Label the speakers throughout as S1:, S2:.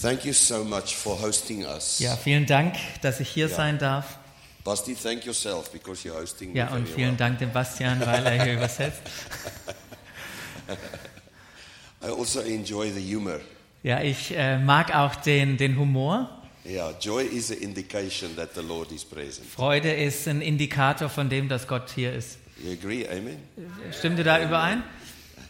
S1: Thank you so much for hosting us.
S2: Ja, vielen Dank, dass ich hier sein darf.
S1: Basti, thank yourself because you're hosting
S2: Ja,
S1: me
S2: und
S1: very
S2: vielen
S1: well.
S2: Dank dem Bastian, weil er hier übersetzt.
S1: I also enjoy the humor.
S2: Ja, ich äh, mag auch den, den Humor.
S1: Yeah, joy is an indication that the Lord is present.
S2: Freude ist ein Indikator von dem, dass Gott hier ist.
S1: You agree? Amen.
S2: Stimmt ihr da überein?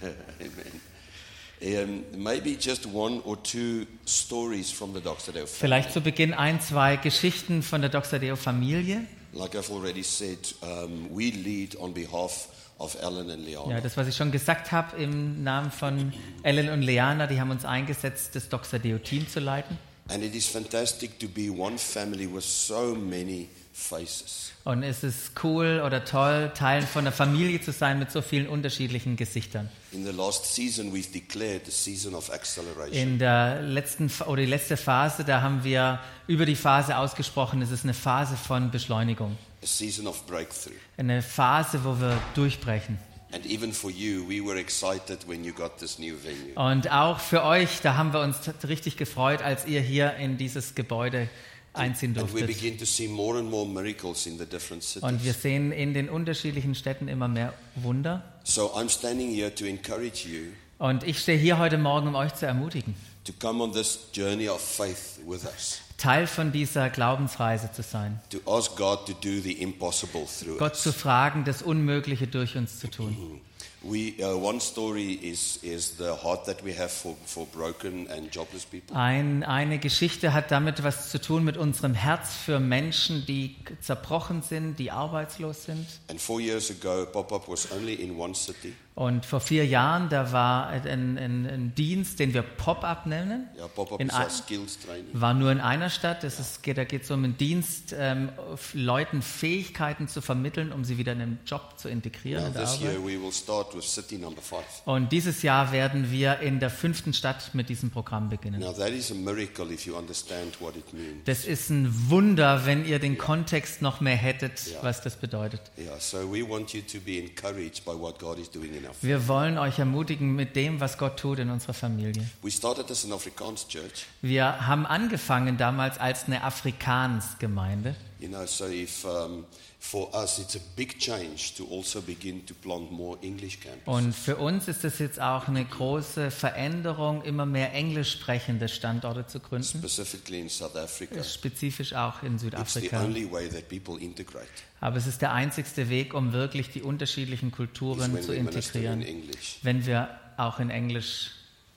S1: Amen. Um, maybe just one or two stories from the Doctor Deo family.
S2: Vielleicht zu Beginn ein, zwei Geschichten von der Doxadeo-Familie.
S1: Like I've already said, um, we lead on behalf of Alan and Leon.
S2: Ja, das, was ich schon gesagt habe, im Namen von Ellen und Leana, die haben uns eingesetzt, das Doxadeo-Team zu leiten.
S1: And it is fantastic to be one family with so many faces.
S2: Und es ist cool oder toll, Teil von einer Familie zu sein mit so vielen unterschiedlichen Gesichtern.
S1: In the last season, we've declared the season of acceleration.
S2: In der letzten Ph- oder die letzte Phase, da haben wir über die Phase ausgesprochen, es ist eine Phase von Beschleunigung.
S1: a season of breakthrough.
S2: Eine Phase, wo wir durchbrechen.
S1: And even for you, we were excited when you got this new venue.
S2: Und auch für euch, da haben wir uns t- richtig gefreut, als ihr hier in dieses Gebäude einziehen
S1: And we
S2: durftet.
S1: begin to see more and more miracles in the different
S2: Und wir
S1: cities.
S2: sehen in den unterschiedlichen Städten immer mehr Wunder.
S1: So I'm standing here to encourage you
S2: Und ich stehe hier heute Morgen, um euch zu ermutigen,
S1: to come on this journey of faith with us,
S2: Teil von dieser Glaubensreise zu sein.
S1: to ask God to do the impossible through
S2: Gott
S1: us.
S2: zu fragen, das Unmögliche durch uns zu tun.
S1: We, uh, one story is, is the heart that we have for, for broken and jobless people.
S2: Ein, eine Geschichte hat damit was zu tun mit unserem Herz für Menschen, die zerbrochen sind, die arbeitslos sind.
S1: And four years ago, Pop Up was only in one city.
S2: Und vor vier Jahren, da war ein, ein, ein Dienst, den wir Pop-up nennen,
S1: Yeah, Pop Up
S2: In Mm.
S1: is our
S2: a-
S1: skills training.
S2: war nur in einer Stadt. Das ist, geht, da geht es um einen Dienst, ähm, f- Leuten Fähigkeiten zu vermitteln, um sie wieder in einen Job zu integrieren.
S1: Now,
S2: in der
S1: this
S2: Arbeit.
S1: year, we will start with city number five.
S2: Und dieses Jahr werden wir in der fünften Stadt mit diesem Programm beginnen.
S1: Now, that is a miracle if you understand what it means.
S2: Das ist ein Wunder, wenn ihr den Kontext noch mehr hättet, was das bedeutet.
S1: Yeah, so we want you to be encouraged by what God is doing in our family.
S2: Wir wollen euch ermutigen mit dem, was Gott tut in unserer Familie.
S1: We started as an Afrikaans church,
S2: Wir haben angefangen damals als eine Afrikaans-Gemeinde.
S1: you know, so if um, for us it's a big change to also begin to plant more English camps.
S2: Und für uns ist es jetzt auch eine große Veränderung, immer mehr englisch sprechende Standorte zu gründen,
S1: Specifically in South Africa,
S2: spezifisch auch in
S1: it's the
S2: Südafrika.
S1: only way that people integrate
S2: Aber es ist der einzigste Weg, um wirklich die unterschiedlichen
S1: is
S2: Kulturen
S1: when
S2: zu
S1: we minister in
S2: integrieren,
S1: English.
S2: wenn wir auch in Englisch.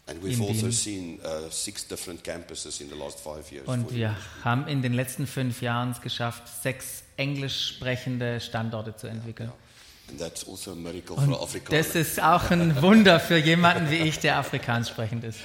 S1: And we've
S2: In
S1: also
S2: Wien.
S1: seen uh, six different campuses in the last five years.
S2: Und
S1: for
S2: wir haben in den letzten fünf Jahren es geschafft, sechs englisch sprechende Standorte zu entwickeln.
S1: English. And that's also a miracle for
S2: Das
S1: Afrikaners.
S2: ist auch ein Wunder für jemanden wie ich, der Afrikaans sprechend ist.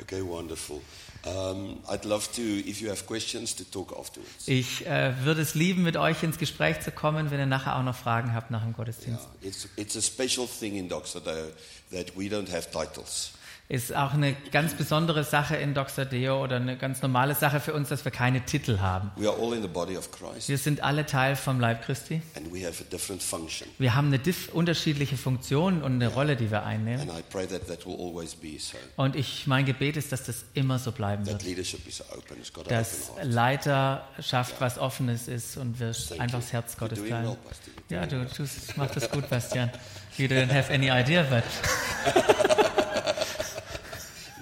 S1: Okay, wonderful. Um, I'd love to, if you have questions, to talk afterwards.
S2: Ich äh, würde es lieben, mit euch ins Gespräch zu kommen, wenn ihr nachher auch noch Fragen habt nach dem
S1: Yeah,
S2: Gottesdienst.
S1: Uh, it's, it's a special thing in Doxodeo that we don't have titles.
S2: Ist auch eine ganz besondere Sache in Doxadeo oder eine ganz normale Sache für uns, dass wir keine Titel haben.
S1: We are all in the body of Christ
S2: Wir sind alle Teil vom Leib Christi.
S1: and we have a different function.
S2: Wir haben eine diff unterschiedliche Funktion und eine Rolle, die wir einnehmen.
S1: And I pray that that will always be so.
S2: Und ich, mein Gebet ist, dass das immer so bleiben
S1: That
S2: wird.
S1: leadership is open, it's got an
S2: Dass
S1: open heart.
S2: Leiterschaft was Offenes ist und wir einfach das Herz
S1: You're
S2: Gottes
S1: doing
S2: teilen.
S1: well, Pastor. You're
S2: Ja,
S1: doing
S2: du, du machst das gut, Bastian. You didn't have any idea, but
S1: well.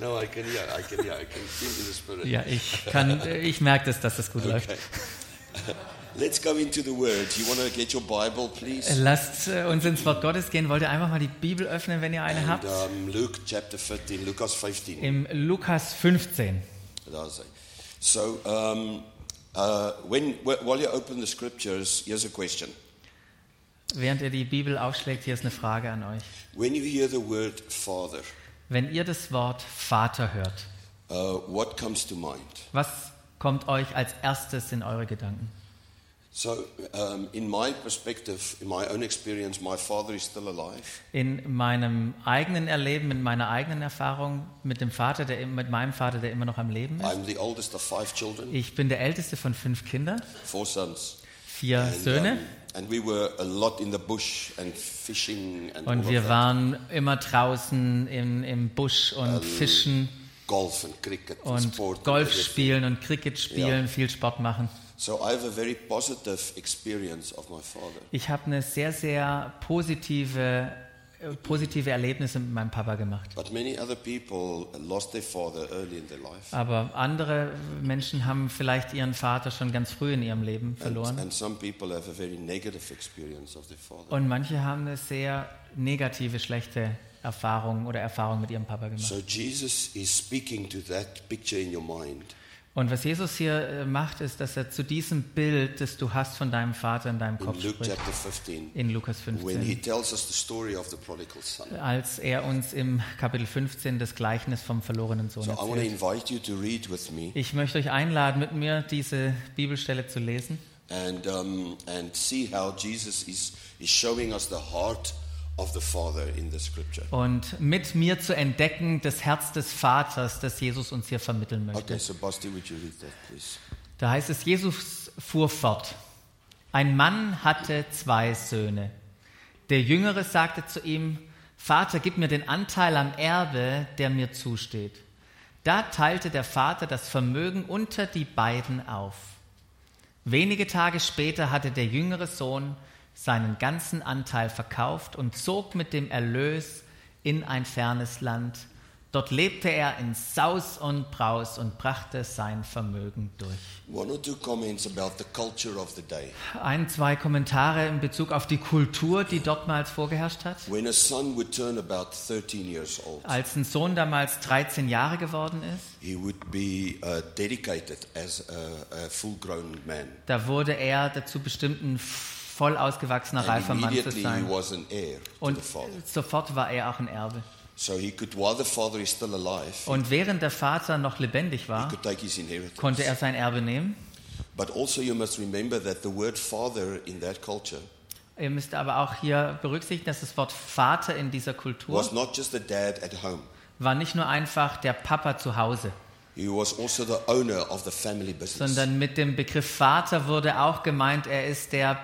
S1: No, I can, yeah, I can, yeah, I can feel in the spirit.
S2: ja, ich kann, ich merke das, dass das gut läuft.
S1: Let's go into the Word. You want to get your Bible, please?
S2: Lasst äh, uns ins Wort Gottes gehen. Wollt ihr einfach mal die Bibel öffnen, wenn ihr eine
S1: And
S2: habt?
S1: um, Luke chapter 15, Lucas 15.
S2: Im Lukas 15.
S1: Daar is hy. So, um, uh, when, wh- while you open the scriptures, here's a question.
S2: Während ihr die Bibel aufschlägt, hier ist eine Frage an euch.
S1: When you hear the word Father,
S2: Wenn ihr das Wort Vater hört,
S1: uh, what comes to mind?
S2: was kommt euch als erstes in eure Gedanken?
S1: So, um, in my perspective, in my own experience, my father is still alive.
S2: In meinem eigenen Erleben, in meiner eigenen Erfahrung mit dem Vater, der im- mit meinem Vater, der immer noch am Leben ist.
S1: I'm the oldest of five children,
S2: Ich bin der älteste von fünf Kindern,
S1: four sons.
S2: vier
S1: um,
S2: Söhne.
S1: and we were a lot in the bush and fishing and all
S2: Und
S1: of
S2: wir
S1: that.
S2: waren immer draußen im, im Busch und fischen.
S1: golf and cricket and
S2: und
S1: sport. and
S2: Golf
S1: everything.
S2: spielen und Cricket spielen, viel Sport machen.
S1: So I have a very positive experience of my father.
S2: Ich habe eine sehr, sehr positive, äh, positive Erlebnisse mit meinem Papa gemacht.
S1: But many other people lost their father early in their life.
S2: Aber andere Menschen haben vielleicht ihren Vater schon ganz früh in ihrem Leben
S1: And,
S2: verloren.
S1: and some people have a very negative experience of their father.
S2: Und manche haben eine sehr negative, schlechte Erfahrung oder Erfahrung mit ihrem Papa gemacht.
S1: So Jesus is speaking to that picture in your mind.
S2: Und was Jesus hier äh, macht, ist, dass er zu diesem Bild, das du hast von deinem Vater in deinem
S1: In
S2: Kopf
S1: Luke
S2: spricht,
S1: chapter 15,
S2: in Lukas
S1: when he
S2: 15,
S1: tells us the story of the prodigal son.
S2: als er uns im Kapitel 15 das Gleichnis vom verlorenen Sohn
S1: So I want to
S2: erzählt.
S1: invite you to read with me
S2: Ich möchte euch einladen, mit mir diese Bibelstelle zu lesen
S1: and, um, and see how Jesus is, is showing us the heart of the Father in the scripture.
S2: und mit mir zu entdecken, das Herz des Vaters, das Jesus uns hier vermitteln möchte.
S1: Okay, so Basti, would you read that, please?
S2: Da heißt es, Jesus fuhr fort. Ein Mann hatte zwei Söhne. Der Jüngere sagte zu ihm, Vater, gib mir den Anteil am Erbe, der mir zusteht. Da teilte der Vater das Vermögen unter die beiden auf. Wenige Tage später hatte der jüngere Sohn seinen ganzen Anteil verkauft und zog mit dem Erlös in ein fernes Land. Dort lebte er in Saus und Braus und brachte sein Vermögen durch.
S1: One or two comments about the culture of the day.
S2: Ein, zwei Kommentare in Bezug auf die Kultur, die dortmals vorgeherrscht hat.
S1: When a son would turn about 13 years old,
S2: Als ein Sohn damals 13 Jahre geworden ist,
S1: he would be uh, dedicated as a, a full grown man.
S2: da wurde er dazu bestimmt, ein voll ausgewachsener, reifer
S1: And
S2: Mann zu
S1: immediately he
S2: sein.
S1: was an heir to
S2: Und
S1: the father.
S2: sofort war er auch ein Erbe.
S1: So he could, while the father is still alive,
S2: Und während der Vater noch lebendig
S1: he
S2: war,
S1: could take his inheritance.
S2: konnte er sein Erbe nehmen.
S1: But also, you must remember that the word father in that culture
S2: Ihr müsst aber auch hier berücksichtigen, dass das Wort Vater in dieser Kultur
S1: was not just the dad at home,
S2: war nicht nur einfach der Papa zu Hause,
S1: he was also the owner of the family business.
S2: sondern mit dem Begriff Vater wurde auch gemeint, er ist der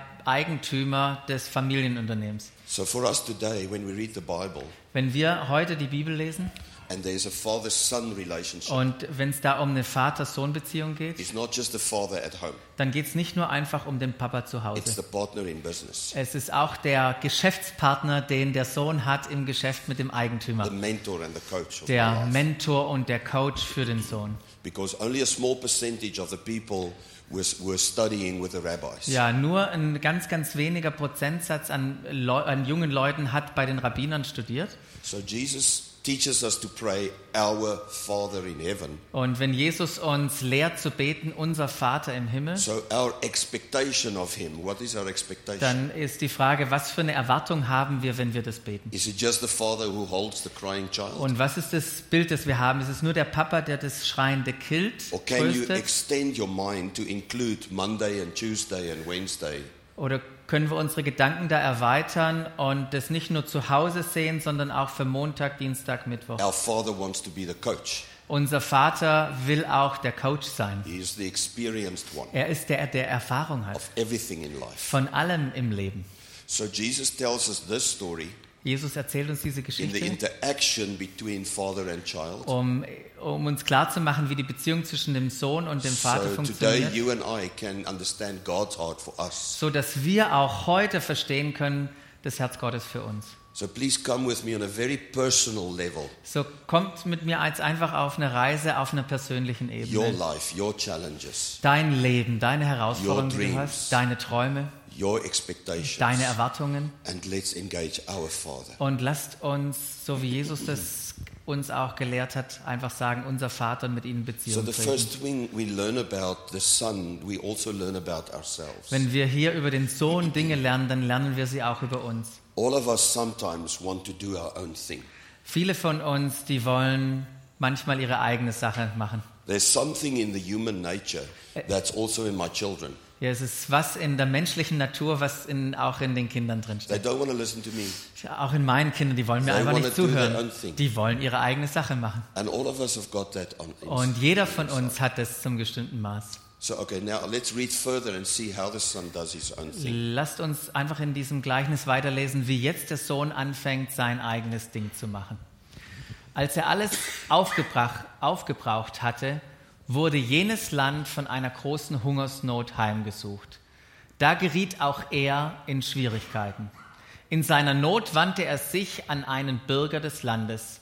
S2: Eigentümer des Familienunternehmens.
S1: So, for us today, when we read the Bible
S2: Wenn wir heute die Bibel lesen
S1: and there's a father son relationship,
S2: und wenn es da um eine Vater-Sohn-Beziehung geht,
S1: it's not just the father at home,
S2: dann geht es nicht nur einfach um den Papa zu
S1: it's
S2: Hause.
S1: the partner in business,
S2: Es ist auch der Geschäftspartner, den der Sohn hat im Geschäft mit dem
S1: the
S2: Eigentümer.
S1: mentor and the coach. Of the
S2: Der
S1: life.
S2: Mentor und der Coach für den Sohn.
S1: Because only a small percentage of the people was, were studying with the rabbis.
S2: Ja, nur ein ganz, ganz weniger Prozentsatz an, Leu an jungen Leuten hat bei den Rabbinern studiert.
S1: So, Jesus teaches us to pray, Our Father in heaven.
S2: Und wenn Jesus uns lehrt zu beten, unser Vater im Himmel,
S1: So our expectation of him, what is our expectation?
S2: dann ist die Frage, was für eine Erwartung haben wir, wenn wir das beten?
S1: is it just the father who holds the crying child?
S2: Und was ist das Bild, das wir haben? Ist es nur der Papa, der das Schreiende killt,
S1: or can you
S2: tröstet?
S1: extend your mind to include Monday and Tuesday and Wednesday?
S2: Oder können wir unsere Gedanken da erweitern und das nicht nur zu Hause sehen, sondern auch für Montag, Dienstag, Mittwoch?
S1: Our father wants to be the coach.
S2: Unser Vater will auch der Coach sein.
S1: He is the experienced one
S2: Er ist der, der Erfahrung hat
S1: of everything in life.
S2: von allem im Leben.
S1: So Jesus tells us this story
S2: Jesus erzählt uns diese
S1: in the
S2: Geschichte,
S1: interaction between father and child.
S2: um, um uns klarzumachen, wie die Beziehung zwischen dem Sohn und dem Vater
S1: So today
S2: funktioniert.
S1: you and I can understand God's heart for us.
S2: so dass wir auch heute verstehen können, das Herz Gottes für uns.
S1: So please come with me on a very personal level.
S2: So kommt mit mir als einfach auf eine Reise auf einer persönlichen
S1: Your
S2: Ebene.
S1: life, your challenges.
S2: Dein Leben, deine Herausforderungen, die du
S1: dreams.
S2: hast, deine Träume,
S1: your expectations
S2: deine Erwartungen
S1: and let's engage our father
S2: und lasst uns, so wie Jesus das uns auch gelehrt hat, einfach sagen, unser Vater und mit ihm
S1: so
S2: Beziehung
S1: the
S2: treten.
S1: first thing we learn about the son we also learn about ourselves
S2: Wenn wir hier über den Sohn Dinge lernen, dann lernen wir sie auch über uns.
S1: all of us sometimes want to do our own thing
S2: Viele von uns, die wollen manchmal ihre eigene Sache machen.
S1: there's something in the human nature that's also in my children
S2: Ja, es ist was in der menschlichen Natur, was in, auch in den Kindern drin
S1: they
S2: steckt.
S1: don't want to listen to me
S2: Auch in meinen Kindern, die wollen mir
S1: They
S2: einfach
S1: wanna
S2: nicht
S1: do their own
S2: zuhören.
S1: thing.
S2: Die wollen ihre eigene Sache machen.
S1: and all of us have got that on
S2: Und jeder von uns hat das zum bestimmten Maß.
S1: so okay now let's read further and see how the son does his own thing
S2: Lasst uns einfach in diesem Gleichnis weiterlesen, wie jetzt der Sohn anfängt, sein eigenes Ding zu machen. Als er alles aufgebrach- aufgebraucht hatte, wurde jenes Land von einer großen Hungersnot heimgesucht. Da geriet auch er in Schwierigkeiten. In seiner Not wandte er sich an einen Bürger des Landes,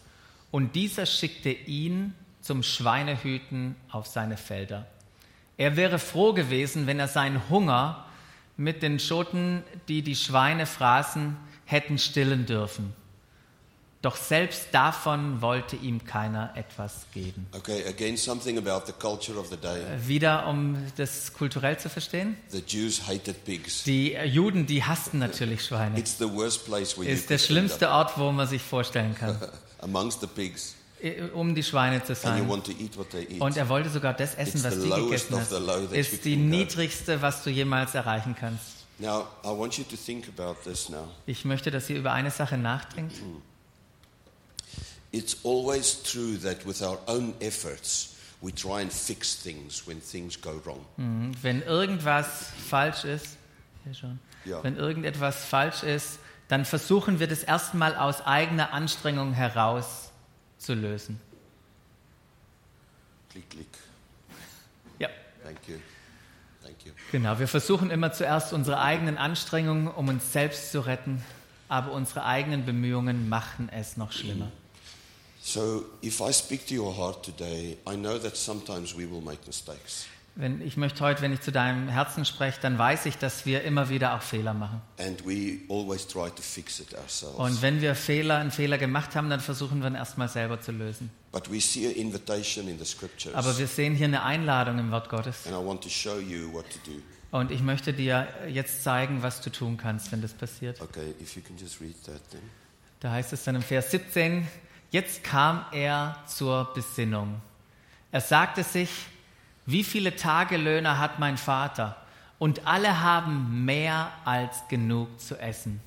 S2: und dieser schickte ihn zum Schweinehüten auf seine Felder. Er wäre froh gewesen, wenn er seinen Hunger mit den Schoten, die die Schweine fraßen, hätten stillen dürfen. Doch selbst davon wollte ihm keiner etwas geben.
S1: Okay, again, something about the culture of the day.
S2: Wieder, um das kulturell zu verstehen.
S1: The Jews hated pigs.
S2: Die Juden, die hassten natürlich Schweine.
S1: It's the worst place where you
S2: Ist der
S1: could end
S2: schlimmste Ort, wo man sich vorstellen kann,
S1: up amongst the pigs,
S2: äh, um die Schweine zu
S1: and you
S2: sein.
S1: want to eat what they eat.
S2: Und er wollte sogar das essen,
S1: It's
S2: was
S1: the
S2: die
S1: lowest
S2: gegessen
S1: of
S2: hat.
S1: the low that you
S2: Ist die
S1: can go.
S2: niedrigste, was du jemals erreichen kannst.
S1: Now, I want you to think about this. Now,
S2: Ich möchte, dass ihr über eine Sache nachdenkt.
S1: it's always true that with our own efforts, we try and fix things when things go wrong.
S2: Mhm. Wenn irgendwas falsch ist, ja schon.
S1: Ja.
S2: wenn irgendetwas falsch ist, dann versuchen wir das erstmal aus eigener Anstrengung heraus zu lösen.
S1: Click, click.
S2: Ja,
S1: Thank you. Thank you.
S2: genau. Wir versuchen immer zuerst unsere eigenen Anstrengungen, um uns selbst zu retten, aber unsere eigenen Bemühungen machen es noch schlimmer.
S1: So, if I speak to your heart today, I know that sometimes we will make mistakes.
S2: Wenn ich möchte heute, wenn ich zu deinem Herzen spreche, dann weiß ich, dass wir immer wieder auch Fehler machen.
S1: And we always try to fix it ourselves.
S2: Und wenn wir Fehler, einen Fehler gemacht haben, dann versuchen wir ihn erstmal selber zu lösen.
S1: But we see an invitation in the scriptures.
S2: Aber wir sehen hier eine Einladung im Wort Gottes.
S1: And I want to show you what to do.
S2: Und ich möchte dir jetzt zeigen, was du tun kannst, wenn das passiert.
S1: Okay, if you can just read that then.
S2: Da heißt es dann im Vers 17, jetzt kam er zur Besinnung. Er sagte sich, wie viele Tagelöhner hat mein Vater? Und alle haben mehr als genug zu essen.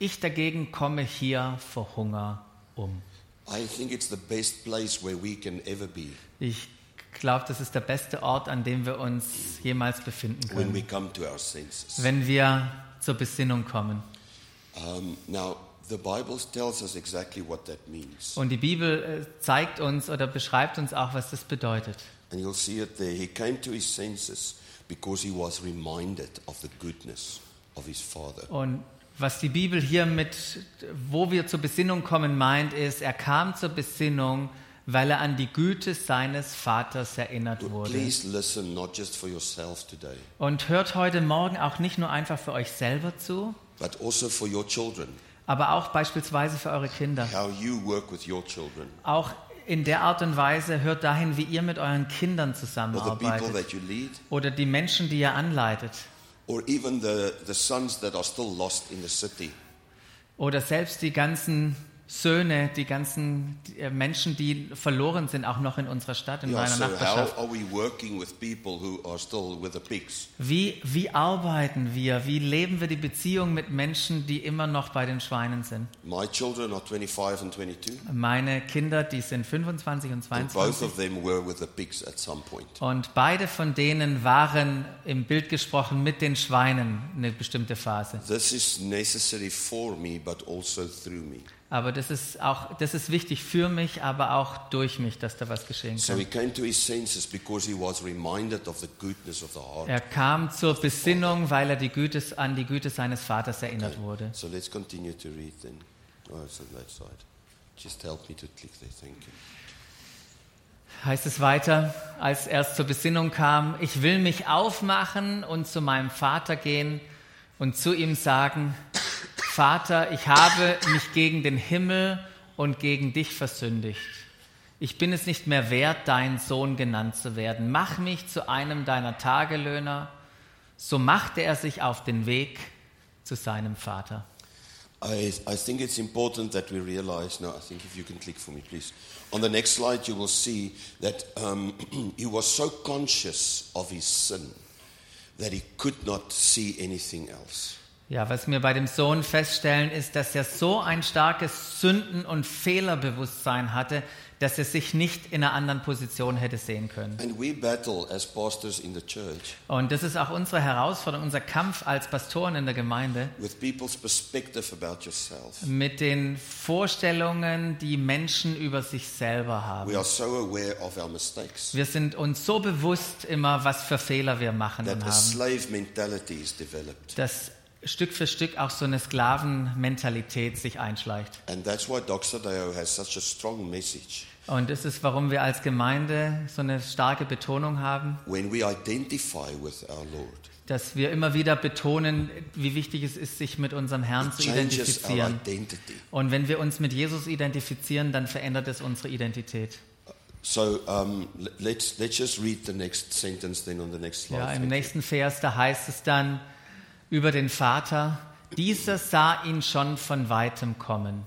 S2: Ich dagegen komme hier vor Hunger um.
S1: I think it's the best place where we can ever be
S2: Ich glaube, das ist der beste Ort, an dem wir uns jemals befinden
S1: when
S2: können,
S1: we come to our senses.
S2: wenn wir zur Besinnung kommen.
S1: Um, now, the Bible tells us exactly what that means.
S2: Und die Bibel äh, zeigt uns oder beschreibt uns auch, was das bedeutet.
S1: And you'll see it there. He came to his senses because he was reminded of the goodness of his Father.
S2: Und was die Bibel hier mit, wo wir zur Besinnung kommen, meint, ist, er kam zur Besinnung, weil er an die Güte seines Vaters erinnert wurde.
S1: Please listen, not just for yourself today,
S2: Und hört heute Morgen auch nicht nur einfach für euch selber zu,
S1: but also for your children,
S2: aber auch beispielsweise für eure Kinder.
S1: how you work with your children,
S2: Auch in der Art und Weise hört dahin, wie ihr mit euren Kindern
S1: or the people
S2: zusammenarbeitet
S1: that you lead,
S2: oder die Menschen, die ihr anleitet
S1: or even the, the sons that are still lost in the city.
S2: oder selbst die ganzen Söhne, die ganzen äh, Menschen, die verloren sind, auch noch in unserer Stadt, in
S1: Yeah,
S2: meiner
S1: so how
S2: Nachbarschaft.
S1: are we working with people who are still with the pigs?
S2: Wie, wie arbeiten wir? Wie leben wir die Beziehung mit Menschen, die immer noch bei den Schweinen sind?
S1: My children are 25 and 22,
S2: Meine Kinder, die sind 25 und
S1: and both
S2: 22
S1: of them were with the pigs at some point.
S2: und beide von denen waren im Bild gesprochen mit den Schweinen eine bestimmte Phase.
S1: This is necessary for me, but also through me.
S2: Aber das ist auch, das ist wichtig für mich, aber auch durch mich, dass da was geschehen
S1: So
S2: kann.
S1: he came to his senses because he was reminded of the goodness of the heart.
S2: Er kam zur Besinnung, weil er die Güte, an die Güte seines Vaters erinnert wurde.
S1: So let's continue to read then. Oh, it's on that side. Just help me to click there, thank you.
S2: Heißt es weiter, als er zur Besinnung kam, ich will mich aufmachen und zu meinem Vater gehen und zu ihm sagen, Vater, ich habe mich gegen den Himmel und gegen dich versündigt. Ich bin es nicht mehr wert, dein Sohn genannt zu werden. Mach mich zu einem deiner Tagelöhner. So machte er sich auf den Weg zu seinem Vater.
S1: I, I think it's important that we realize now. I think if you can click for me, please. On the next slide, you will see that um, he was so conscious of his sin that he could not see anything else.
S2: Ja, was wir bei dem Sohn feststellen, ist, dass er so ein starkes Sünden- und Fehlerbewusstsein hatte, dass er sich nicht in einer anderen Position hätte sehen können.
S1: And we battle as pastors in the church
S2: Und das ist auch unsere Herausforderung, unser Kampf als Pastoren in der Gemeinde
S1: with people's perspective about yourself.
S2: mit den Vorstellungen, die Menschen über sich selber haben.
S1: We are so aware of our mistakes
S2: Wir sind uns so bewusst immer, was für Fehler wir machen
S1: that
S2: und
S1: a
S2: haben,
S1: slave mentality is developed.
S2: dass Stück für Stück auch so eine Sklavenmentalität sich einschleicht.
S1: And that's why Doxodeo has such a strong message.
S2: Und das ist, warum wir als Gemeinde so eine starke Betonung haben,
S1: When we identify with our Lord,
S2: dass wir immer wieder betonen, wie wichtig es ist, sich mit unserem Herrn
S1: it
S2: zu
S1: changes our
S2: identifizieren.
S1: identity.
S2: Und wenn wir uns mit Jesus identifizieren, dann verändert es unsere Identität.
S1: So um, l- let's, let's just read the next sentence then on the next slide.
S2: Ja,
S1: Thank
S2: Im
S1: you.
S2: nächsten Vers, da heißt es dann über den Vater, dieser sah ihn schon von weitem kommen.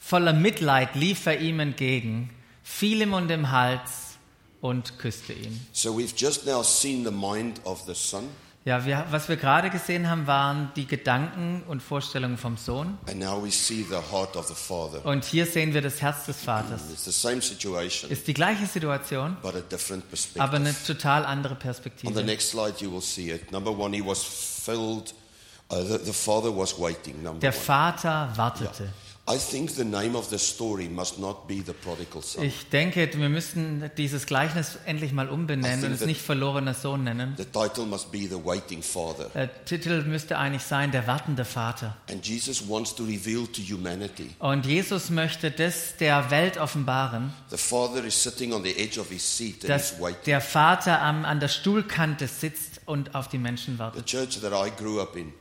S2: Voller Mitleid lief er ihm entgegen, fiel ihm um den Hals und küsste ihn.
S1: So we've just now seen the mind of the Son,
S2: Ja, wir, was wir gerade gesehen haben, waren die Gedanken und Vorstellungen vom Sohn.
S1: and now we see the heart of the Father.
S2: Und hier sehen wir das Herz des Vaters.
S1: It's the same situation,
S2: Ist die gleiche Situation,
S1: but a different perspective.
S2: aber eine total andere
S1: On the
S2: Perspektive.
S1: next slide, you will see it. Number one, he was filled. Uh, the, the Father was waiting. Number
S2: Der
S1: one.
S2: Vater wartete.
S1: I think the name of the story must not be the prodigal son.
S2: Ich denke, wir müssen dieses Gleichnis endlich mal
S1: I
S2: umbenennen
S1: think
S2: und es
S1: that-
S2: nicht verlorener Sohn nennen.
S1: The title must be the waiting Father.
S2: Der Titel müsste eigentlich sein, der wartende Vater.
S1: And Jesus wants to reveal to humanity.
S2: Und Jesus möchte das der Welt offenbaren,
S1: The Father is sitting on the edge of his seat and
S2: dass
S1: he's waiting.
S2: der Vater am, an der Stuhlkante sitzt und auf die Menschen
S1: The
S2: wartet.
S1: church that I grew up in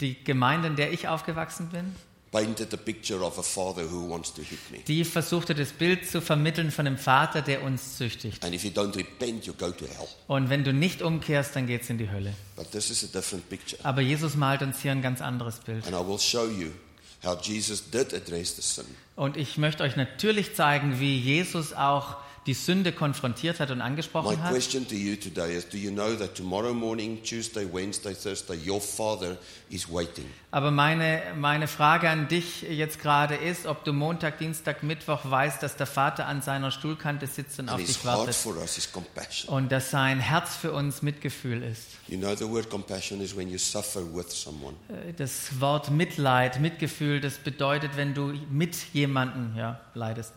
S2: Die Gemeinde, in der ich aufgewachsen bin,
S1: painted a picture of a father who wants to hit me.
S2: die versuchte das Bild zu vermitteln von dem Vater, der uns züchtigt.
S1: And if you don't repent, you go to hell.
S2: Und wenn du nicht umkehrst, dann geht's in die Hölle.
S1: But this is a different picture.
S2: Aber Jesus malt uns hier ein ganz anderes Bild.
S1: And I will show you how Jesus did address the sin.
S2: Und ich möchte euch natürlich zeigen, wie Jesus auch die Sünde konfrontiert hat und
S1: My
S2: angesprochen hat.
S1: question to you today is do you know that tomorrow morning, Tuesday, Wednesday, Thursday, your father is waiting?
S2: Aber meine, meine Frage an dich jetzt gerade ist, ob du Montag, Dienstag, Mittwoch weißt, dass der Vater an seiner Stuhlkante sitzt und auf
S1: And his
S2: dich
S1: heart
S2: wartet.
S1: for us is compassion.
S2: Und dass sein Herz für uns Mitgefühl ist.
S1: You know, the word compassion is when you suffer with someone.
S2: Äh, Das Wort Mitleid, Mitgefühl, das bedeutet, wenn du mit jemandem ja, leidest.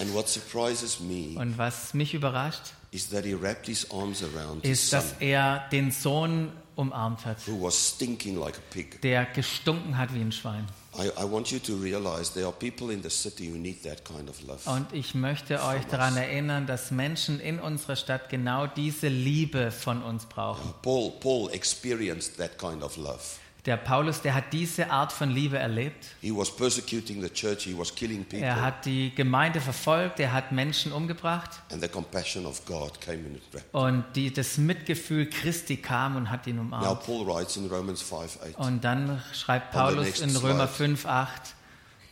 S1: And what surprises me
S2: Und was mich überrascht,
S1: is that he wrapped his arms around his
S2: ist,
S1: son,
S2: dass er den Sohn umarmt hat,
S1: who was stinking like a pig.
S2: der gestunken hat wie ein Schwein.
S1: I, I want you to realize there are people in the city who need that kind of love.
S2: Und ich möchte euch daran erinnern, dass Menschen in unserer Stadt genau diese Liebe von uns brauchen.
S1: Paul, Paul experienced that kind of love.
S2: Der Paulus, der hat diese Art von Liebe erlebt.
S1: He was persecuting the church, he was killing people,
S2: Er hat die Gemeinde verfolgt, er hat Menschen umgebracht
S1: and the compassion of God came in it.
S2: und die, das Mitgefühl Christi kam und hat ihn
S1: Now
S2: umarmt.
S1: Paul writes in Romans 5 8.
S2: Und dann schreibt
S1: On the
S2: Paulus
S1: next
S2: in Römer
S1: slide.
S2: 5, 8,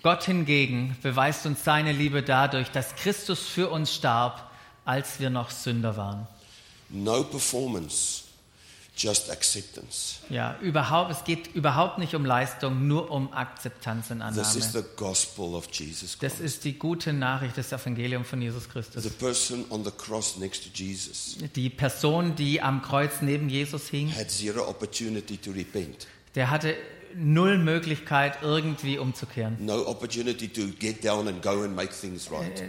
S2: Gott hingegen beweist uns seine Liebe dadurch, dass Christus für uns starb, als wir noch Sünder waren.
S1: No performance, just acceptance.
S2: Ja, überhaupt, es geht überhaupt nicht um Leistung, nur um Akzeptanz und
S1: This is
S2: Annahme.
S1: the gospel of Jesus
S2: Das
S1: Christ.
S2: ist die gute Nachricht des Evangeliums von Jesus
S1: The
S2: Christus.
S1: person on the cross next to Jesus
S2: Die Person, die am Kreuz neben Jesus hing,
S1: had zero opportunity to repent,
S2: der hatte null Möglichkeit, irgendwie umzukehren.
S1: no opportunity to get down and go and make things right.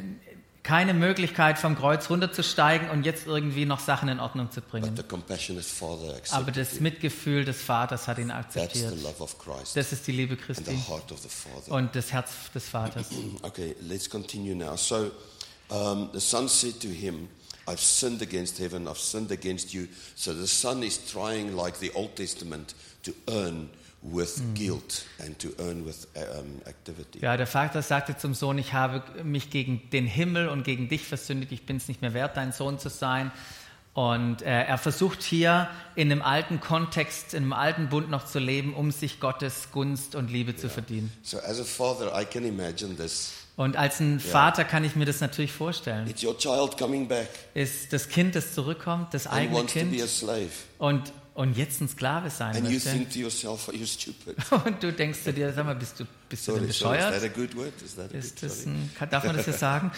S2: Keine Möglichkeit, vom Kreuz runterzusteigen und jetzt irgendwie noch Sachen in Ordnung zu
S1: But
S2: bringen.
S1: the compassionate Father
S2: Aber
S1: accepted.
S2: das Mitgefühl des Vaters hat ihn
S1: That's the
S2: akzeptiert.
S1: love of Christ
S2: Das ist die Liebe
S1: and the
S2: Christi
S1: heart of the Father.
S2: und das Herz des Vaters.
S1: Okay, let's continue now. So um, the Son said to him, I've sinned against heaven, I've sinned against you. So the Son is trying, like the Old Testament, to earn with guilt and to earn with um, activity.
S2: Ja, der Vater sagte zum Sohn, ich habe mich gegen den Himmel und gegen dich versündigt, ich bin es nicht mehr wert, dein Sohn zu sein. Und äh, er versucht hier in dem alten Kontext, in dem alten Bund noch zu leben, um sich Gottes Gunst und Liebe zu verdienen.
S1: So as a father, I can imagine this.
S2: Und als ein Vater kann ich mir das natürlich vorstellen.
S1: It's your child coming back
S2: Ist das Kind, das zurückkommt, das
S1: and
S2: eigene
S1: wants to be a
S2: Kind
S1: slave.
S2: und, und jetzt ein Sklave sein
S1: And you
S2: möchte.
S1: think to yourself, are you stupid?
S2: Und du denkst zu dir, sag mal, bist du, bist du denn
S1: Sorry, sorry, is that
S2: bescheuert?
S1: a good word? Is that a
S2: Ist
S1: good
S2: das
S1: sorry?
S2: ein, kann, darf man das hier sagen?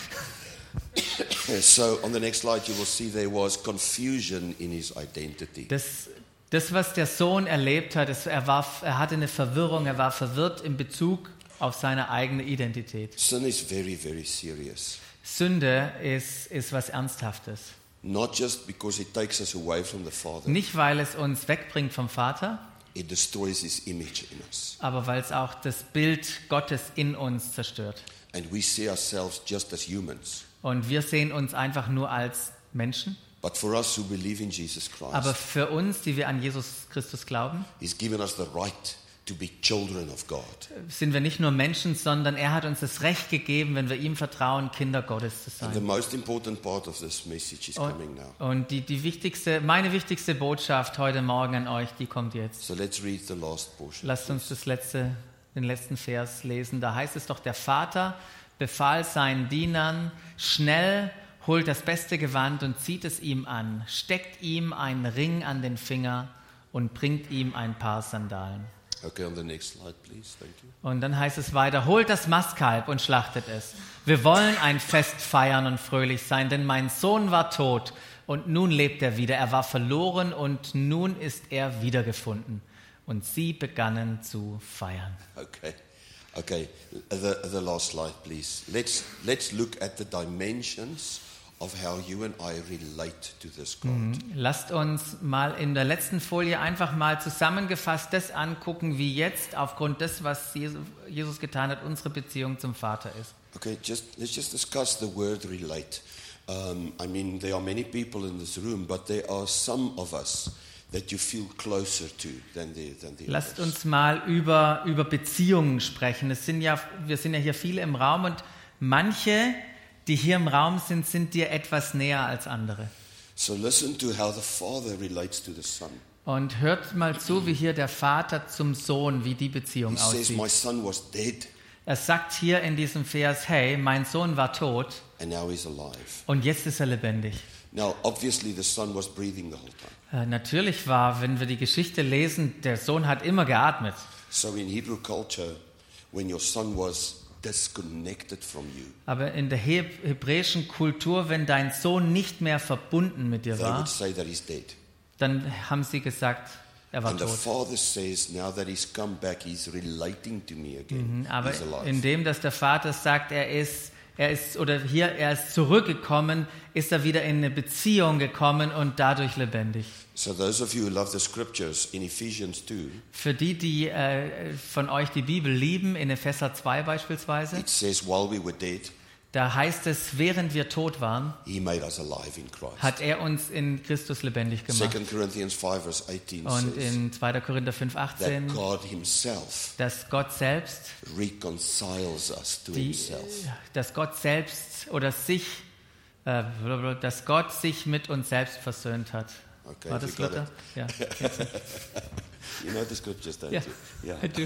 S1: So on the next slide, you will see there was confusion in his identity.
S2: Das, das was der Sohn erlebt hat, es, er, war, er hatte eine Verwirrung, er war verwirrt in Bezug auf seine eigene Identität.
S1: Sin is very, very serious.
S2: Sünde ist, ist was Ernsthaftes.
S1: Not just because it takes us away from the Father,
S2: Nicht, weil es uns wegbringt vom Vater,
S1: it destroys his image in us.
S2: aber weil es auch das Bild Gottes in uns zerstört.
S1: And we see ourselves just as humans.
S2: Und wir sehen uns einfach nur als Menschen.
S1: But for us who believe in Jesus
S2: Aber
S1: Christ,
S2: für uns, die wir an Jesus Christus glauben,
S1: he's given us the right to be children of God.
S2: sind wir nicht nur Menschen, sondern er hat uns das Recht gegeben, wenn wir ihm vertrauen, Kinder Gottes zu
S1: And the
S2: sein.
S1: most important part of this message is coming
S2: Und,
S1: now.
S2: und die, die wichtigste, meine wichtigste Botschaft heute Morgen an euch, die kommt jetzt.
S1: So let's read the last portion.
S2: Lasst uns das letzte, den letzten Vers lesen. Da heißt es doch, der Vater befahl seinen Dienern, schnell holt das beste Gewand und zieht es ihm an, steckt ihm einen Ring an den Finger und bringt ihm ein paar Sandalen.
S1: Okay, on the next slide, please. Thank you.
S2: Und dann heißt es weiter, holt das Mastkalb und schlachtet es. Wir wollen ein Fest feiern und fröhlich sein, denn mein Sohn war tot und nun lebt er wieder. Er war verloren und nun ist er wiedergefunden. Und sie begannen zu feiern.
S1: Okay. Okay, the, the last slide, please. Let's, let's look at the dimensions of how you and I relate to this God.
S2: Lasst uns mal in der letzten Folie einfach mal zusammengefasst das angucken, wie jetzt aufgrund des, was Jesu- Jesus getan hat, unsere Beziehung zum Vater ist.
S1: Okay, just, let's just discuss the word relate. Um, I mean, there are many people in this room, but there are some of us that you feel closer to than the, than the
S2: Lasst
S1: others.
S2: uns mal über, über Beziehungen sprechen. Es sind ja, wir sind ja hier viele im Raum und manche, die hier im Raum sind, sind dir etwas näher als andere.
S1: So listen to how the Father relates to the Son.
S2: Und hört mal zu, wie hier der Vater zum Sohn, wie die Beziehung
S1: He says, My
S2: aussieht.
S1: son was dead,
S2: Er sagt hier in diesem Vers, hey, mein Sohn war tot
S1: and now he's alive.
S2: und jetzt ist er lebendig.
S1: Now, obviously, the son was breathing the whole time.
S2: Äh, natürlich war, wenn wir die Geschichte lesen, der Sohn hat immer geatmet.
S1: So in Hebrew culture, when your son was disconnected from you,
S2: Aber in der heb hebräischen Kultur, wenn dein Sohn nicht mehr verbunden mit dir
S1: they
S2: war,
S1: would say that he's dead.
S2: Dann haben sie gesagt, er war
S1: And the
S2: tot.
S1: father says, now that he's come back, he's relating to me again.
S2: Mhm, Aber
S1: he's alive.
S2: indem, dass der Vater sagt, er ist, er ist, oder hier, er ist zurückgekommen, ist er wieder in eine Beziehung gekommen und dadurch lebendig.
S1: so those of you who love the scriptures in Ephesians 2,
S2: Für die, die äh, von euch die Bibel lieben, in Epheser 2 beispielsweise,
S1: it says, while we were dead,
S2: da heißt es, während wir tot waren,
S1: he made us alive in Christ.
S2: hat er uns in Christus lebendig gemacht.
S1: 2 Corinthians 5 verse 18
S2: Und
S1: says
S2: in 2. Korinther 5,
S1: that
S2: 18,
S1: God himself
S2: dass Gott selbst
S1: reconciles us to
S2: die,
S1: himself.
S2: dass Gott selbst oder sich, äh, blablabla, dass Gott sich mit uns selbst versöhnt hat.
S1: Okay,
S2: War
S1: you
S2: das
S1: got
S2: Luther?
S1: it.
S2: Ja.
S1: You know the scriptures, don't
S2: Yeah.
S1: you? Yeah.
S2: I do.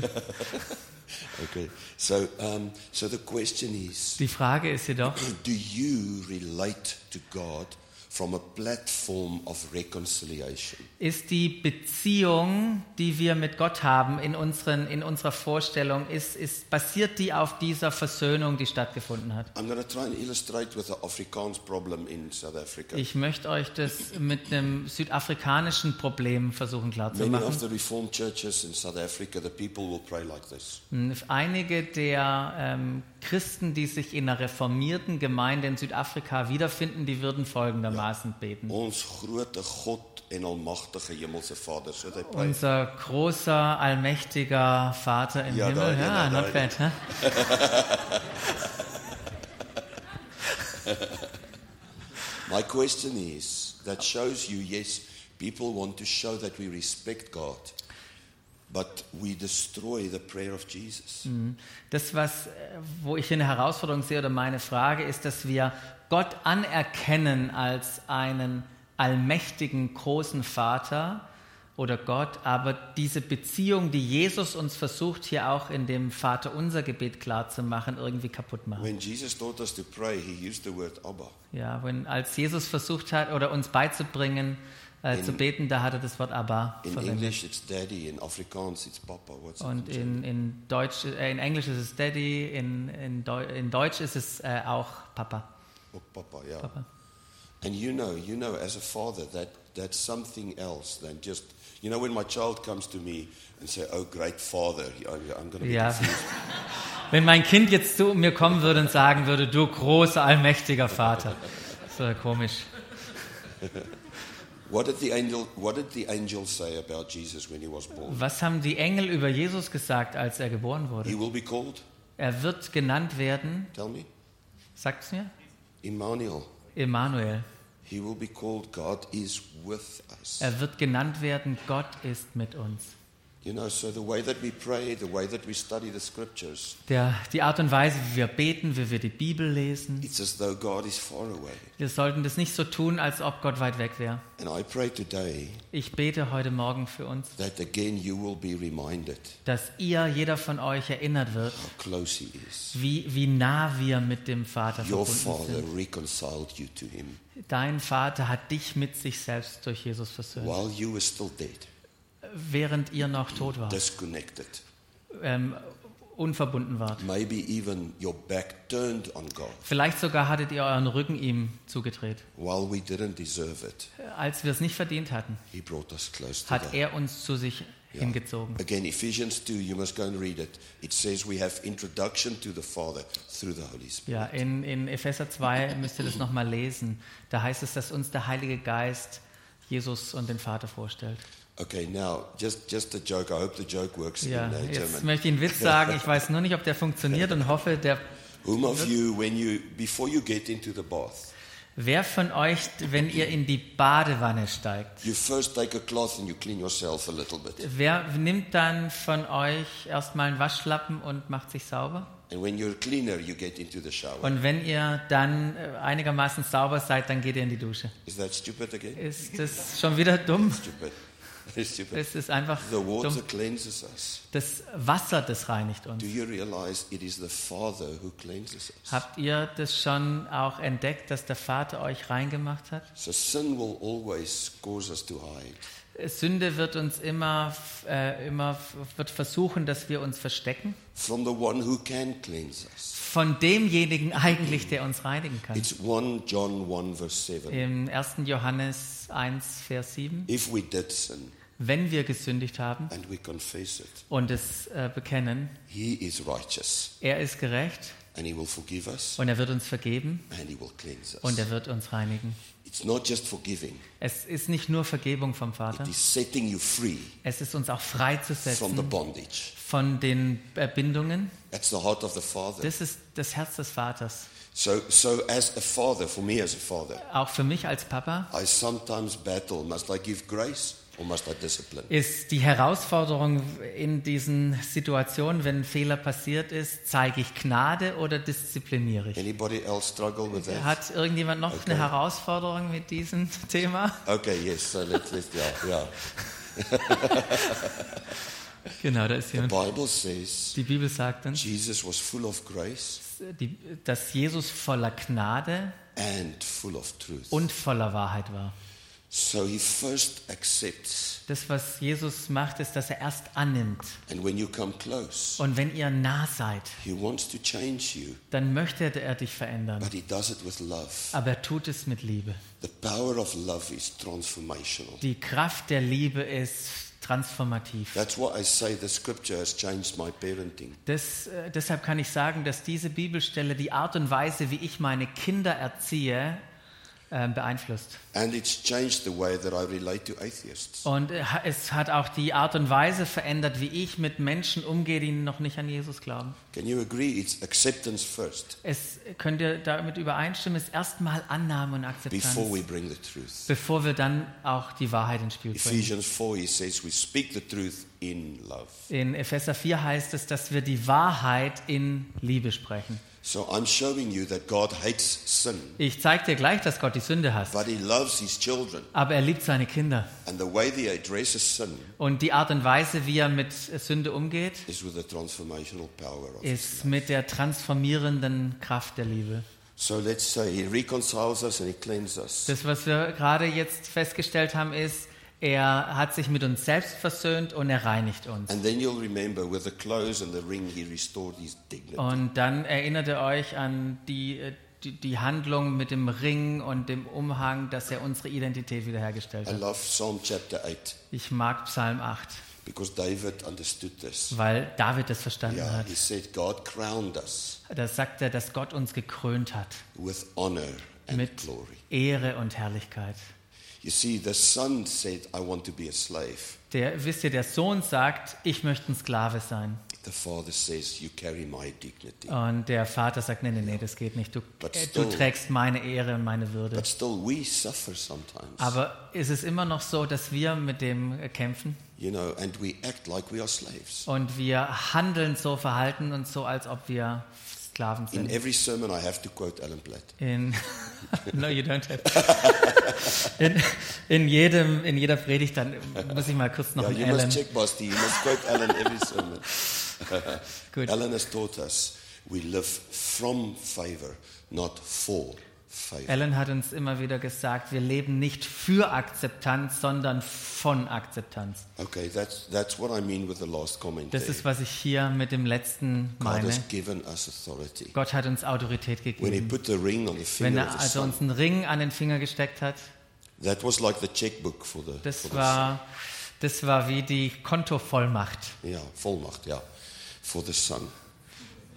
S1: Okay. So, um, so the question is,
S2: Die Frage ist jedoch,
S1: Do you relate to God from a platform of reconciliation?
S2: ist die Beziehung, die wir mit Gott haben in, unseren, in unserer Vorstellung, ist, ist, basiert die auf dieser Versöhnung, die stattgefunden hat?
S1: I'm going to try and illustrate with the Afrikaans problem in South Africa.
S2: Ich möchte euch das mit einem südafrikanischen Problem versuchen
S1: Many of
S2: klarzumachen.
S1: the Reformed churches in South Africa, the people will pray like this.
S2: Hm, Einige der ähm, Christen, die sich in einer reformierten Gemeinde in Südafrika wiederfinden, die würden folgendermaßen beten.
S1: Ons grote God en almagtige hemelse Vader, so they pray.
S2: Unser großer, allmächtiger Vater im
S1: oh. Ja, da,
S2: Himmel.
S1: ja, da,
S2: ja,
S1: da, ja.
S2: not bad. hä?
S1: My question is that shows you yes, people want to show that we respect God, but we destroy the prayer of Jesus.
S2: Das, was, äh, wo ich hier eine Herausforderung sehe oder meine Frage ist, dass wir Gott anerkennen als einen allmächtigen, großen Vater oder Gott, aber diese Beziehung, die Jesus uns versucht, hier auch in dem Vater unser Gebet klarzumachen, irgendwie kaputt machen.
S1: When Jesus taught us to pray, he used the word Abba.
S2: Ja, wenn, als Jesus versucht hat oder uns beizubringen, äh, zu beten, da hat er das Wort aber
S1: In
S2: verwendet.
S1: English, it's daddy. In Afrikaans, it's papa. What's
S2: Und
S1: it?
S2: in, in, Deutsch, äh, in Englisch ist es Daddy, in, in, Deu in Deutsch ist es äh, auch Papa.
S1: Ook papa, yeah. And you know, you know, as a father, that that's something else than just. You know, when my child comes to me and say, "Oh, great father," I- I'm going to be
S2: Ja.
S1: confused.
S2: Wenn mein Kind jetzt zu mir kommen würde und sagen würde, du großer, allmächtiger Vater. Das wäre komisch.
S1: What did the angel? What did the angel say about Jesus when he was born?
S2: Was haben die Engel über Jesus gesagt, als er geboren
S1: He
S2: wurde?
S1: will be called.
S2: Er wird genannt werden,
S1: Tell me,
S2: sagt's mir,
S1: Emmanuel.
S2: Emmanuel.
S1: He will be called. God is with us.
S2: Er wird genannt werden, Gott ist mit uns.
S1: You know, so the way that we pray, the way that we study the scriptures,
S2: Der, die Art und Weise, wie wir beten, wie wir die Bibel lesen,
S1: it's as though God is far away.
S2: wir sollten das nicht so tun, als ob Gott weit weg wäre.
S1: And I pray today
S2: Ich bete heute Morgen für uns,
S1: that again you will be reminded
S2: dass ihr, jeder von euch, erinnert wird,
S1: how close He is.
S2: wie, wie nah wir mit dem Vater
S1: Your
S2: verbunden
S1: Father
S2: sind.
S1: reconciled you to Him
S2: Dein Vater hat dich mit sich selbst durch Jesus versöhnt,
S1: while you were still dead,
S2: während ihr noch tot wart,
S1: disconnected,
S2: ähm, unverbunden wart.
S1: maybe even your back turned on God
S2: Vielleicht sogar hattet ihr euren Rücken ihm zugedreht.
S1: while we didn't deserve it.
S2: Als wir es nicht verdient hatten,
S1: He brought us close to
S2: hat
S1: God.
S2: er uns zu sich
S1: Yeah.
S2: hingezogen.
S1: Again, Ephesians 2, you must go and read it. It says we have introduction to the Father through the Holy Spirit.
S2: Ja, in, in Epheser 2 müsst ihr das nochmal lesen. Da heißt es, dass uns der Heilige Geist Jesus und den Vater vorstellt.
S1: Okay, now just just a joke. I hope the joke works
S2: Ja,
S1: in uh,
S2: jetzt
S1: German.
S2: möchte ich einen Witz sagen. Ich weiß nur nicht, ob der funktioniert und hoffe, der.
S1: Whom of you, when you before you get into the bath,
S2: Wer von euch, wenn ihr in die Badewanne steigt,
S1: you first take a cloth and you clean yourself a little bit.
S2: wer nimmt dann von euch erstmal einen Waschlappen und macht sich sauber?
S1: And when you're cleaner, you get into the shower.
S2: Und wenn ihr dann äh, einigermaßen sauber seid, dann geht ihr in die Dusche.
S1: Is that stupid again?
S2: Ist das schon wieder dumm?
S1: Stupid. It's stupid.
S2: Es ist einfach
S1: The water
S2: dumm.
S1: cleanses us.
S2: Das Wasser, das reinigt
S1: Do
S2: uns.
S1: you realize it is the Father who cleanses us?
S2: Habt ihr das schon auch entdeckt, dass der Vater euch reingemacht hat?
S1: So sin will always cause us to hide.
S2: Sünde wird uns immer, äh, immer wird versuchen, dass wir uns verstecken
S1: from the one who can cleanse us.
S2: von demjenigen eigentlich, der uns reinigen kann.
S1: It's 1 John 1, verse 7.
S2: Im 1. Johannes 1, Vers 7,
S1: If we did sin
S2: wenn wir gesündigt haben
S1: and we confess it,
S2: und es äh, bekennen,
S1: he is righteous
S2: er ist gerecht
S1: and he will forgive us
S2: und er wird uns vergeben
S1: and he will cleanse
S2: und
S1: us.
S2: er wird uns reinigen.
S1: It's not just forgiving,
S2: Es ist nicht nur Vergebung vom Vater,
S1: it is setting you free
S2: es ist uns auch
S1: from the
S2: freizusetzen
S1: bondage.
S2: von den äh, Bindungen.
S1: That's the heart of the Father.
S2: Das ist das Herz des Vaters.
S1: So, so as a father, for me as a father,
S2: Auch für mich als Papa
S1: I sometimes battle must I give grace or must I discipline?
S2: ist die Herausforderung in diesen Situationen, wenn ein Fehler passiert ist, zeige ich Gnade oder diszipliniere ich?
S1: Anybody else struggle with that?
S2: Hat irgendjemand noch eine Herausforderung mit diesem Thema?
S1: Okay, yes, so let's, let's yeah, yeah.
S2: Genau, da ist
S1: The
S2: jemand.
S1: Bible says
S2: Die Bibel sagt uns,
S1: Jesus was full of grace
S2: die, dass Jesus voller Gnade
S1: and full of truth.
S2: und voller Wahrheit war.
S1: So he first accepts,
S2: Das, was Jesus macht, ist, dass er erst annimmt.
S1: and when you come close,
S2: Und wenn ihr nah seid,
S1: he wants to change you,
S2: dann möchte er dich verändern.
S1: but he does it with love.
S2: Aber er tut es mit Liebe.
S1: The power of love is transformational.
S2: Die Kraft der Liebe ist transformativ.
S1: That's why I say the scripture has changed my parenting.
S2: Das, äh, deshalb kann ich sagen, dass diese Bibelstelle die Art und Weise, wie ich meine Kinder erziehe, äh, beeinflusst.
S1: And it's changed the way that I relate to atheists.
S2: Und äh, ha- es hat auch die Art und Weise verändert, wie ich mit Menschen umgehe, die noch nicht an Jesus glauben.
S1: Can you agree? It's acceptance first
S2: Es könnt ihr damit übereinstimmen, ist erstmal Annahme und Akzeptanz,
S1: before we bring the truth.
S2: bevor wir dann auch die Wahrheit ins Spiel bringen.
S1: Ephesians 4, he says, We speak the truth in love.
S2: In Epheser 4 heißt es, dass wir die Wahrheit in Liebe sprechen.
S1: So I'm showing you that God hates sin,
S2: Ich zeige dir gleich, dass Gott die Sünde hasst,
S1: but He loves His children.
S2: aber er liebt seine Kinder.
S1: And the way He addresses sin
S2: Und die Art und Weise, wie er mit Sünde umgeht,
S1: is with the transformational power of His
S2: ist mit der transformierenden Kraft der Liebe.
S1: So let's say He reconciles us and He cleanses us.
S2: Das, was wir gerade jetzt festgestellt haben, ist, er hat sich mit uns selbst versöhnt und er reinigt uns.
S1: And then you'll remember with
S2: Oh.
S1: the clothes and the ring, He restored His dignity.
S2: Und dann erinnert er euch an die, äh, die, die Handlung mit dem Ring und dem Umhang, dass er unsere Identität wiederhergestellt
S1: I
S2: hat.
S1: love Psalm chapter 8
S2: Ich mag Psalm 8,
S1: because David understood this.
S2: weil David es verstanden
S1: Yeah,
S2: hat.
S1: he said, God crowned us
S2: Da sagt er, dass Gott uns gekrönt hat
S1: with honor and
S2: mit
S1: glory.
S2: Ehre und Herrlichkeit.
S1: You see, the son said, I want to be a slave.
S2: Der, wisst ihr, der Sohn sagt, ich möchte ein Sklave sein.
S1: The father says, You carry my dignity.
S2: Und der Vater sagt, nee, nee, nee, das geht nicht. Du,
S1: But
S2: äh, du
S1: still-
S2: trägst meine Ehre und meine Würde.
S1: But still, we suffer sometimes,
S2: Aber ist es immer noch so, dass wir mit dem äh, kämpfen
S1: you know, and we act like we are slaves.
S2: und wir handeln so, verhalten uns so, als ob wir Sklaven
S1: In
S2: sind?
S1: every sermon, I have to quote Alan Platt.
S2: In, no, you don't have in, in, jedem, in jeder Predigt, dann muss ich mal kurz noch
S1: Yeah,
S2: einen
S1: you
S2: Ellen.
S1: must check, Basti. You must quote Alan every sermon.
S2: Gut.
S1: Alan has taught us we live from favor, not for favor.
S2: Ellen hat uns immer wieder gesagt, wir leben nicht für Akzeptanz, sondern von Akzeptanz.
S1: Okay, that's, that's what I mean with the last comment.
S2: Das
S1: there.
S2: ist, was ich hier mit dem letzten
S1: God
S2: meine.
S1: has given us authority.
S2: Gott hat uns Autorität
S1: When he
S2: gegeben.
S1: put the ring on the
S2: Wenn
S1: finger of
S2: er
S1: the
S2: also
S1: son,
S2: uns einen Ring an den Finger gesteckt hat,
S1: that was like the checkbook for the, for
S2: das
S1: the son.
S2: war, das war wie die Kontovollmacht.
S1: Yeah, volmacht, yeah, for the son.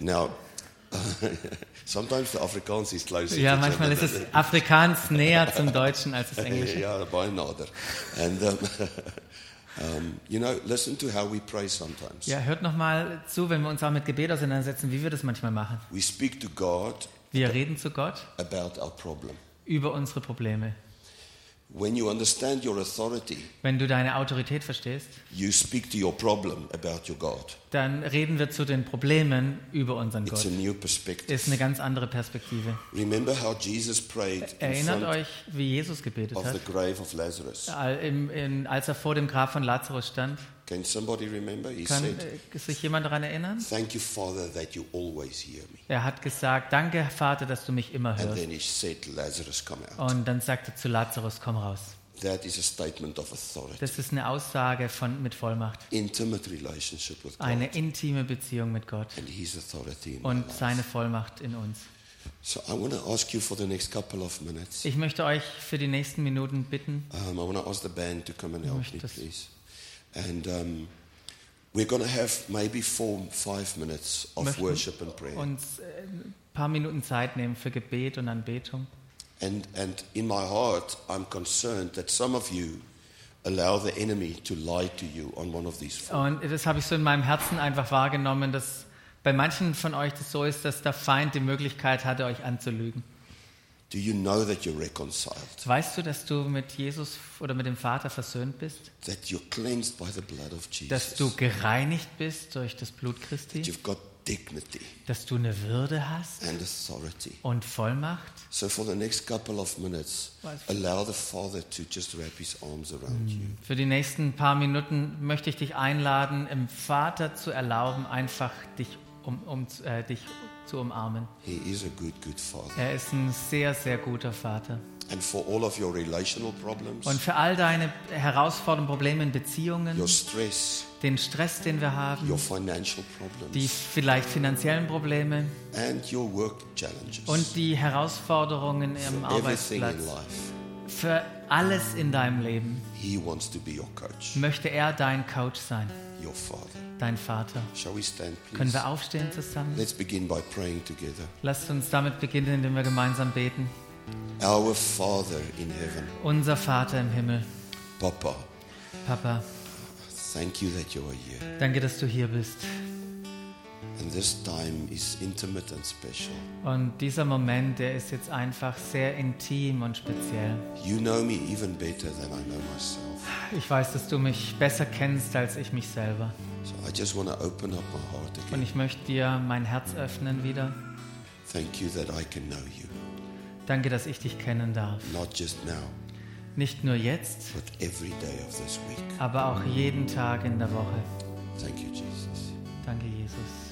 S1: Now, sometimes the Afrikaans is closer.
S2: Ja,
S1: to each
S2: manchmal
S1: other
S2: ist
S1: than
S2: es Afrikaans näher zum Deutschen als das Englische.
S1: yeah, by another. And um, um, you know, listen to how we pray sometimes.
S2: Ja, hört nochmal zu, wenn wir uns auch mit Gebet auseinandersetzen, wie wir das manchmal machen.
S1: We speak to God
S2: Wir reden zu Gott
S1: about our problem.
S2: über unsere Probleme.
S1: When you understand your authority,
S2: Wenn du deine Autorität verstehst,
S1: you speak to your problem about your God.
S2: dann reden wir zu den Problemen über unseren
S1: It's a
S2: Gott.
S1: new perspective.
S2: Ist eine ganz andere Perspektive.
S1: Remember how Jesus prayed in
S2: Erinnert
S1: front
S2: euch, wie Jesus gebetet
S1: of the
S2: hat,
S1: grave of Lazarus.
S2: Al- im- in- als er vor dem Grab von Lazarus stand.
S1: Can somebody remember? He
S2: Kann
S1: said,
S2: äh, sich jemand daran erinnern?
S1: Thank you, Father, that you always hear me.
S2: Er hat gesagt, danke Vater, dass du mich immer
S1: And
S2: hörst.
S1: then he said, Lazarus, come out.
S2: Und dann sagte zu Lazarus, komm raus.
S1: That is a statement of authority.
S2: Das ist eine Aussage von, mit Vollmacht.
S1: Intimate relationship with God
S2: Eine intime Beziehung mit Gott
S1: and his authority in my
S2: und
S1: life.
S2: seine Vollmacht in uns.
S1: So I want to ask you for the next couple of minutes.
S2: Ich möchte euch für die nächsten Minuten bitten,
S1: Um, I want to ask the band to come and help me,
S2: Möchtest-
S1: please. And um, we're going to have maybe four, five minutes of
S2: Möchten-
S1: worship and prayer.
S2: uns äh, ein paar Minuten Zeit nehmen für Gebet und Anbetung.
S1: And, and in my heart, I'm concerned that some of you allow the enemy to lie to you on one of these four.
S2: Und das habe ich so in meinem Herzen einfach wahrgenommen, dass bei manchen von euch das so ist, dass der Feind die Möglichkeit hatte, euch anzulügen.
S1: Do you know that you're reconciled?
S2: Weißt du, dass du mit Jesus oder mit dem Vater versöhnt bist?
S1: That you're cleansed by the blood of
S2: Dass
S1: Jesus?
S2: du gereinigt bist durch das Blut
S1: that
S2: Christi?
S1: you've got dignity
S2: Dass du eine Würde hast
S1: and authority.
S2: und Vollmacht?
S1: So for the next couple of minutes,
S2: Well, it's-
S1: allow the Father to just wrap his arms around you.
S2: Für die nächsten paar Minuten möchte ich dich einladen, im Vater zu erlauben, einfach dich, um, um, äh, dich zu umarmen.
S1: He is a good, good Father.
S2: Er ist ein sehr, sehr guter Vater.
S1: And for all of your relational problems,
S2: Und für all deine Herausforderungen, Probleme in Beziehungen,
S1: your stress,
S2: den Stress, den wir haben,
S1: your financial
S2: die
S1: problems,
S2: vielleicht finanziellen Probleme
S1: and your work challenges,
S2: und die Herausforderungen im
S1: for everything in
S2: Arbeitsplatz,
S1: life,
S2: für alles in deinem Leben
S1: He wants to be your coach,
S2: möchte er dein Coach sein,
S1: your Father.
S2: dein Vater.
S1: Shall we stand,
S2: Können
S1: please?
S2: wir aufstehen zusammen?
S1: Let's begin by praying together.
S2: Lasst uns damit beginnen, indem wir gemeinsam beten.
S1: Our Father in heaven,
S2: Unser Vater im Himmel,
S1: Papa,
S2: Papa,
S1: thank you that you are here.
S2: danke, dass du hier bist.
S1: And this time is intimate and special.
S2: Und dieser Moment, der ist jetzt einfach sehr intim und speziell.
S1: You know me even better than I know myself.
S2: Ich weiß, dass du mich besser kennst als ich mich selber.
S1: So I just want to open up my heart
S2: Und
S1: again.
S2: ich möchte dir mein Herz öffnen wieder.
S1: Thank you that I can know you.
S2: Danke, dass ich dich kennen darf.
S1: Not just now,
S2: Nicht nur jetzt,
S1: but every day of this week.
S2: aber auch jeden Tag in der Woche.
S1: Thank you, Jesus.
S2: Danke, Jesus.